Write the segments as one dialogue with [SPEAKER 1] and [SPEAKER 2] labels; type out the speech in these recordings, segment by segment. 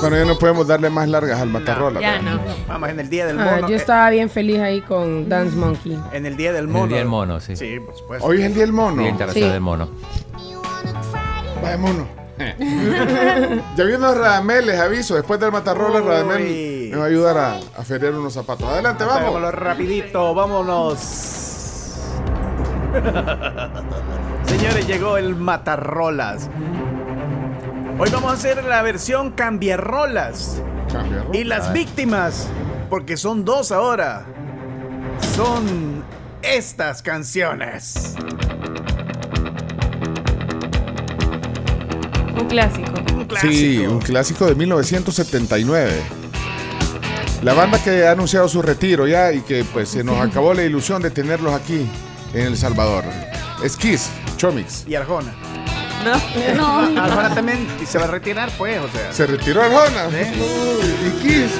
[SPEAKER 1] Bueno, ya no podemos darle más largas al matarrola.
[SPEAKER 2] Ya
[SPEAKER 1] pero-
[SPEAKER 2] no.
[SPEAKER 3] Vamos, en el día del
[SPEAKER 2] Ah,
[SPEAKER 3] mono.
[SPEAKER 2] yo
[SPEAKER 3] eh,
[SPEAKER 2] estaba bien feliz ahí con Dance Monkey.
[SPEAKER 3] En el día del
[SPEAKER 4] En
[SPEAKER 3] mono.
[SPEAKER 4] el día del mono, sí.
[SPEAKER 3] Sí, por supuesto.
[SPEAKER 1] Hoy es el día del mono.
[SPEAKER 4] Día Internacional
[SPEAKER 2] Sí.
[SPEAKER 4] del Mono.
[SPEAKER 1] Vaya mono. ya vi unos radameles, aviso. Después del matarrola,
[SPEAKER 3] Uy.
[SPEAKER 1] Radamel me va a ayudar a, a feriar unos zapatos. Adelante,
[SPEAKER 3] Vámonos
[SPEAKER 1] vamos.
[SPEAKER 3] rapidito, vámonos. Señores, llegó el Matarrolas. Hoy vamos a hacer la versión Cambiarrolas.
[SPEAKER 1] Cambia, ¿no?
[SPEAKER 3] Y las víctimas, porque son dos ahora, son estas canciones.
[SPEAKER 5] Un clásico.
[SPEAKER 3] Un clásico.
[SPEAKER 1] Sí, un clásico de 1979. La banda que ha anunciado su retiro ya y que pues se nos acabó la ilusión de tenerlos aquí en El Salvador. Es Kiss, Chomix.
[SPEAKER 3] Y Arjona.
[SPEAKER 5] No.
[SPEAKER 3] Ah, Arjona también se va a retirar, pues, o sea.
[SPEAKER 1] Se retiró Arjona.
[SPEAKER 3] Sí.
[SPEAKER 1] Uy, Y Kiss.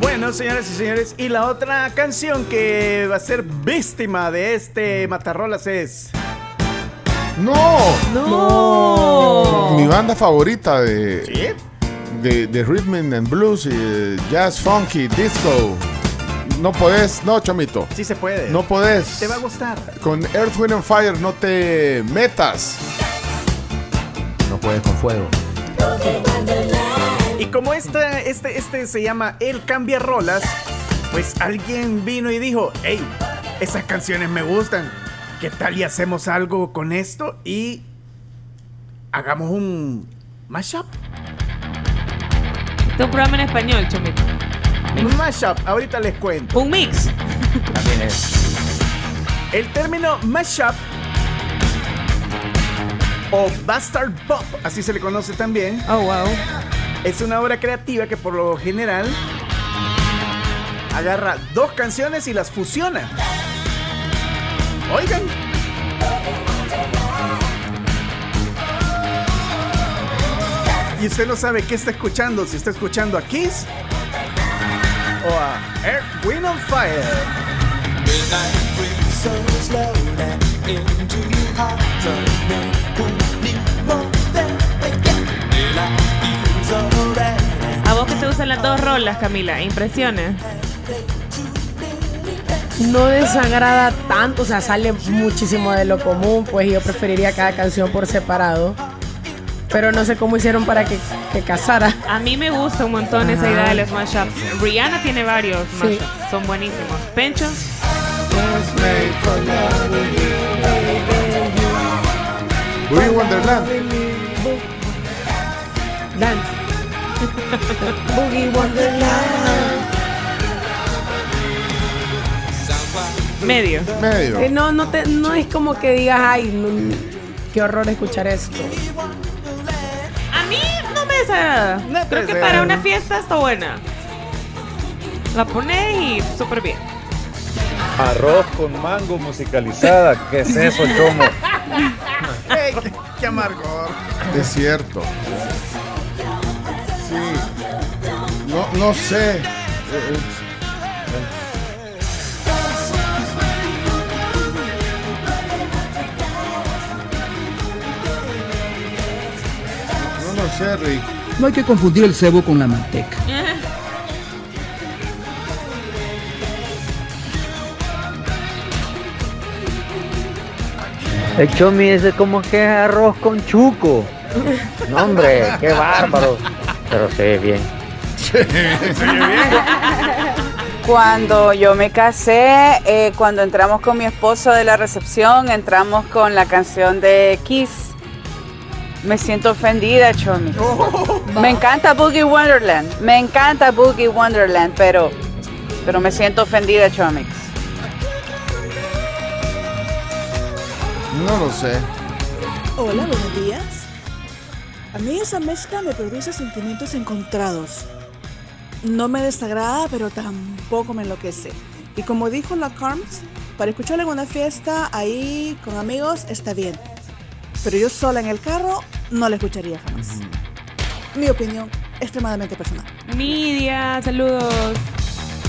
[SPEAKER 3] Bueno, señoras y señores, y la otra canción que va a ser víctima de este Matarrolas es.
[SPEAKER 1] No,
[SPEAKER 5] No.
[SPEAKER 1] mi banda favorita de,
[SPEAKER 3] ¿Sí?
[SPEAKER 1] de, de rhythm and blues y de jazz funky, disco. No podés, no, Chomito.
[SPEAKER 3] Sí se puede.
[SPEAKER 1] No podés.
[SPEAKER 3] Te va a gustar.
[SPEAKER 1] Con Earth, Wind and Fire no te metas.
[SPEAKER 4] No juegues con fuego.
[SPEAKER 3] Y como esta- este, este se llama El Cambia Rolas, pues alguien vino y dijo, hey, esas canciones me gustan, ¿qué tal y hacemos algo con esto y hagamos un mashup?
[SPEAKER 5] Este es un programa en español, Chomito.
[SPEAKER 3] Un mashup, ahorita les cuento.
[SPEAKER 5] Un mix.
[SPEAKER 4] También es.
[SPEAKER 3] El término mashup o bastard pop, así se le conoce también,
[SPEAKER 5] Oh, wow.
[SPEAKER 3] Es una obra creativa que por lo general agarra dos canciones y las fusiona. Oigan. Y usted no sabe qué está escuchando, si está escuchando a Kiss o a Earth, Wind on Fire.
[SPEAKER 5] A vos que te usan las dos rolas, Camila. Impresiones.
[SPEAKER 2] No desagrada tanto, o sea, sale muchísimo de lo común, pues y yo preferiría cada canción por separado. Pero no sé cómo hicieron para que, que casara.
[SPEAKER 5] A mí me gusta un montón esa
[SPEAKER 2] Ajá.
[SPEAKER 5] idea de los mashups. Rihanna tiene varios mashups. Son buenísimos. Pencho.
[SPEAKER 1] Willy Wonderland.
[SPEAKER 2] Dance. Boogie Wonderland.
[SPEAKER 5] Medio.
[SPEAKER 1] Medio.
[SPEAKER 2] Eh, no, no, te, no es como que digas, ay, no, qué horror escuchar esto.
[SPEAKER 5] A mí no me desagrada.
[SPEAKER 3] No te
[SPEAKER 5] Creo que
[SPEAKER 3] desagrada,
[SPEAKER 5] para
[SPEAKER 3] ¿no?
[SPEAKER 5] una fiesta está buena. La pones y súper bien.
[SPEAKER 6] Arroz con mango musicalizada. ¿Qué es eso, chomo?
[SPEAKER 3] ¡Ey! ¡Qué amargor!
[SPEAKER 1] Es cierto. Sí. No, no sé. Eh, eh, No lo sé, Rick.
[SPEAKER 7] No hay que confundir el cebo con la manteca.
[SPEAKER 8] El chomi ese como que es arroz con chuco. No, hombre, qué bárbaro. Pero se ve bien.
[SPEAKER 9] Cuando yo me casé, eh, cuando entramos con mi esposo de la recepción, entramos con la canción de Kiss. Me siento ofendida, Chomi. Me encanta Boogie Wonderland. Me encanta Boogie Wonderland, pero, pero me siento ofendida, Chomix.
[SPEAKER 1] No lo sé.
[SPEAKER 10] Hola, buenos días. A mí esa mezcla me produce sentimientos encontrados. No me desagrada, pero tampoco me enloquece. Y como dijo la Carms, para escucharla en una fiesta ahí con amigos está bien. Pero yo sola en el carro no la escucharía jamás. Mi opinión extremadamente personal.
[SPEAKER 5] Nidia, saludos.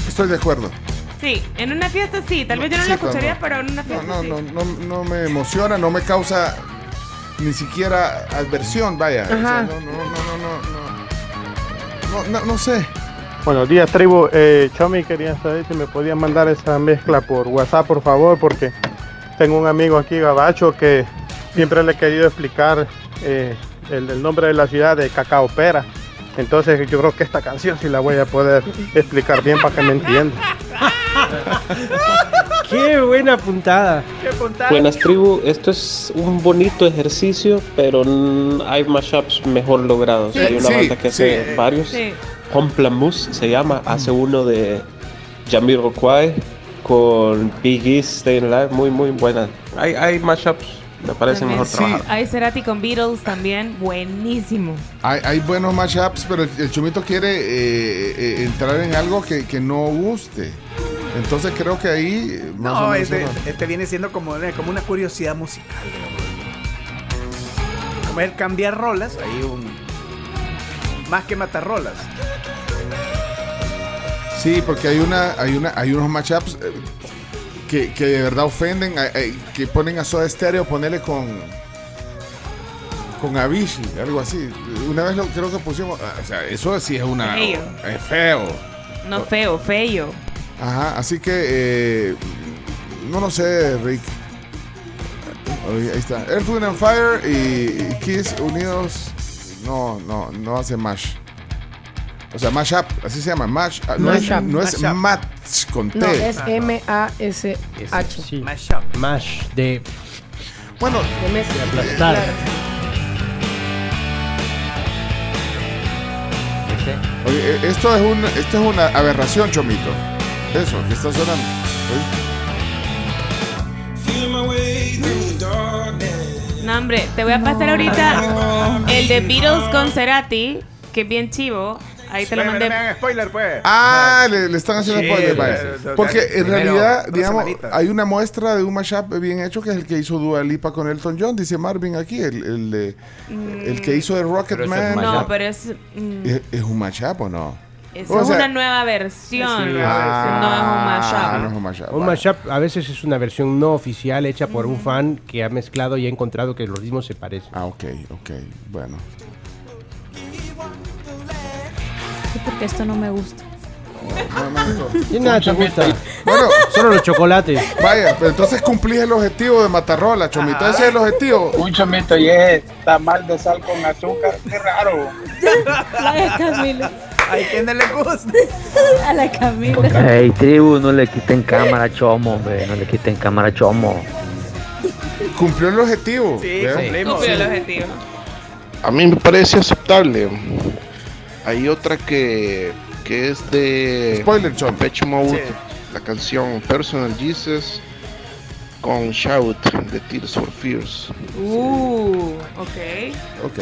[SPEAKER 1] Estoy de acuerdo.
[SPEAKER 5] Sí, en una fiesta sí. Tal vez yo no
[SPEAKER 1] Sí,
[SPEAKER 5] lo escucharía,
[SPEAKER 1] cuando-
[SPEAKER 5] pero en una fiesta
[SPEAKER 1] No,
[SPEAKER 5] sí.
[SPEAKER 1] no, no, no, no me emociona, no me causa ni siquiera adversión, vaya. O sea,
[SPEAKER 5] Ajá.
[SPEAKER 1] no, no, no, no, no, no. No, no, no sé.
[SPEAKER 11] Buenos días, tribu. Eh, Chomi, quería saber si me podían mandar esa mezcla por WhatsApp, por favor, porque tengo un amigo aquí, Gabacho, que siempre le he querido explicar eh, el, el nombre de la ciudad de Cacao Pera. Entonces, yo creo que esta canción sí la voy a poder explicar bien para que me entienda.
[SPEAKER 12] Qué buena puntada.
[SPEAKER 3] Qué puntada.
[SPEAKER 13] Buenas Pues tribu, esto es un bonito ejercicio, pero mm, hay mashups mejor logrados.
[SPEAKER 5] Sí,
[SPEAKER 13] hay una
[SPEAKER 5] sí,
[SPEAKER 13] banda que hace
[SPEAKER 5] sí.
[SPEAKER 13] varios.
[SPEAKER 5] Sí.
[SPEAKER 13] Homplamous se llama, hace uno de Jamiroquai con Big East, Stay Live, muy muy buena. Hay, hay mashups, me parece mejor trabajar.
[SPEAKER 5] Hay Cerati con Beatles también. Buenísimo.
[SPEAKER 1] Hay, hay buenos mashups, pero el, el Chumito quiere eh, eh, entrar en algo que, que no guste. Entonces creo que ahí. eh, más o
[SPEAKER 3] No,
[SPEAKER 1] menos
[SPEAKER 3] este,
[SPEAKER 1] eso.
[SPEAKER 3] este viene siendo como, una- como una curiosidad musical. digamos. Como el cambiar rolas, hay un. Más que matar rolas.
[SPEAKER 1] Sí, porque hay una, hay una, hay unos matchups que, que de verdad ofenden, eh, eh, que ponen a Soda Stereo, ponerle con con Avicii, algo así. Una vez lo, creo que pusimos, ah, o sea, eso sí es una
[SPEAKER 5] Feo.
[SPEAKER 1] es feo.
[SPEAKER 5] No feo, feo.
[SPEAKER 1] Ajá, así que eh, no lo sé, Rick. Ahí ahí está. Earth, Wind and Fire y, y Kiss unidos. No, no, no hace mash. O sea, mash up, así se llama, mash. ah, No es,
[SPEAKER 2] Mashup.
[SPEAKER 1] no es
[SPEAKER 2] Mashup.
[SPEAKER 1] match con T.
[SPEAKER 2] No, es M-A-S-H.
[SPEAKER 12] Mash de
[SPEAKER 1] Bueno,
[SPEAKER 12] de aplastar.
[SPEAKER 1] Oye, eh, esto es un, esto es una aberración, Chomito. Eso, que está sonando. Oye,
[SPEAKER 5] No, hombre, te voy a pasar ahorita el de Beatles con Cerati, que es bien chivo. Ahí te lo
[SPEAKER 3] Pero no
[SPEAKER 5] mandé.
[SPEAKER 3] me hagan spoiler, pues.
[SPEAKER 1] Ah, le, le están haciendo
[SPEAKER 3] Sí,
[SPEAKER 1] spoiler, vaya.
[SPEAKER 3] pero- pero-
[SPEAKER 1] Porque en
[SPEAKER 3] primero,
[SPEAKER 1] realidad,
[SPEAKER 3] dos
[SPEAKER 1] digamos,
[SPEAKER 3] semanitas.
[SPEAKER 1] hay una muestra de un mashup bien hecho que es el que hizo Dua Lipa con Elton John, dice Marvin aquí, el, el, de- el que hizo de Rocketman.
[SPEAKER 5] Mm. No, pero es, mm,
[SPEAKER 1] ¿Es, es un mashup o no?
[SPEAKER 5] es
[SPEAKER 1] O sea-
[SPEAKER 5] una nueva versión.
[SPEAKER 1] Ah,
[SPEAKER 5] no
[SPEAKER 1] no es un mashup.
[SPEAKER 12] Un mashup a veces es una versión no oficial hecha por un fan que ha mezclado y ha encontrado que los ritmos se parecen.
[SPEAKER 1] Ah, ok, ok, bueno.
[SPEAKER 14] porque esto no me gusta.
[SPEAKER 12] Y nada te gusta.
[SPEAKER 1] Bueno,
[SPEAKER 12] solo los chocolates.
[SPEAKER 1] Vaya, pero entonces cumplís el objetivo de Matarrola, Chomito. Ese es el objetivo.
[SPEAKER 15] Un chomito y es tamal de sal con azúcar. Qué raro.
[SPEAKER 14] La de Camila.
[SPEAKER 3] Hay quienes le gusta.
[SPEAKER 14] A la Camila.
[SPEAKER 8] Hey, tribu, no le quiten cámara a Chomo, hombre. No le quiten cámara a Chomo.
[SPEAKER 1] Cumplió el objetivo.
[SPEAKER 5] Sí,
[SPEAKER 1] ¿vea?
[SPEAKER 5] Cumplió el objetivo.
[SPEAKER 16] A mí me parece aceptable. Hay otra que, que es de
[SPEAKER 1] Spoiler
[SPEAKER 16] Depeche Mode, la canción Personal Jesus con Shout de Tears for Fears.
[SPEAKER 5] Uh, ok.
[SPEAKER 1] Ok.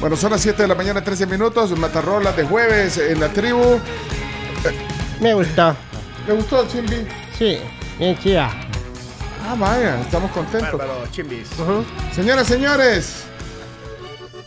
[SPEAKER 1] Bueno, son las 7 de la mañana, 13 minutos. Matarrola de jueves en la tribu.
[SPEAKER 12] Me gusta.
[SPEAKER 1] ¿Le gustó el Chimbi?
[SPEAKER 12] Sí, bien chida.
[SPEAKER 1] Ah, vaya, estamos contentos.
[SPEAKER 3] Bárbaro, chimbis.
[SPEAKER 1] Señoras, señores,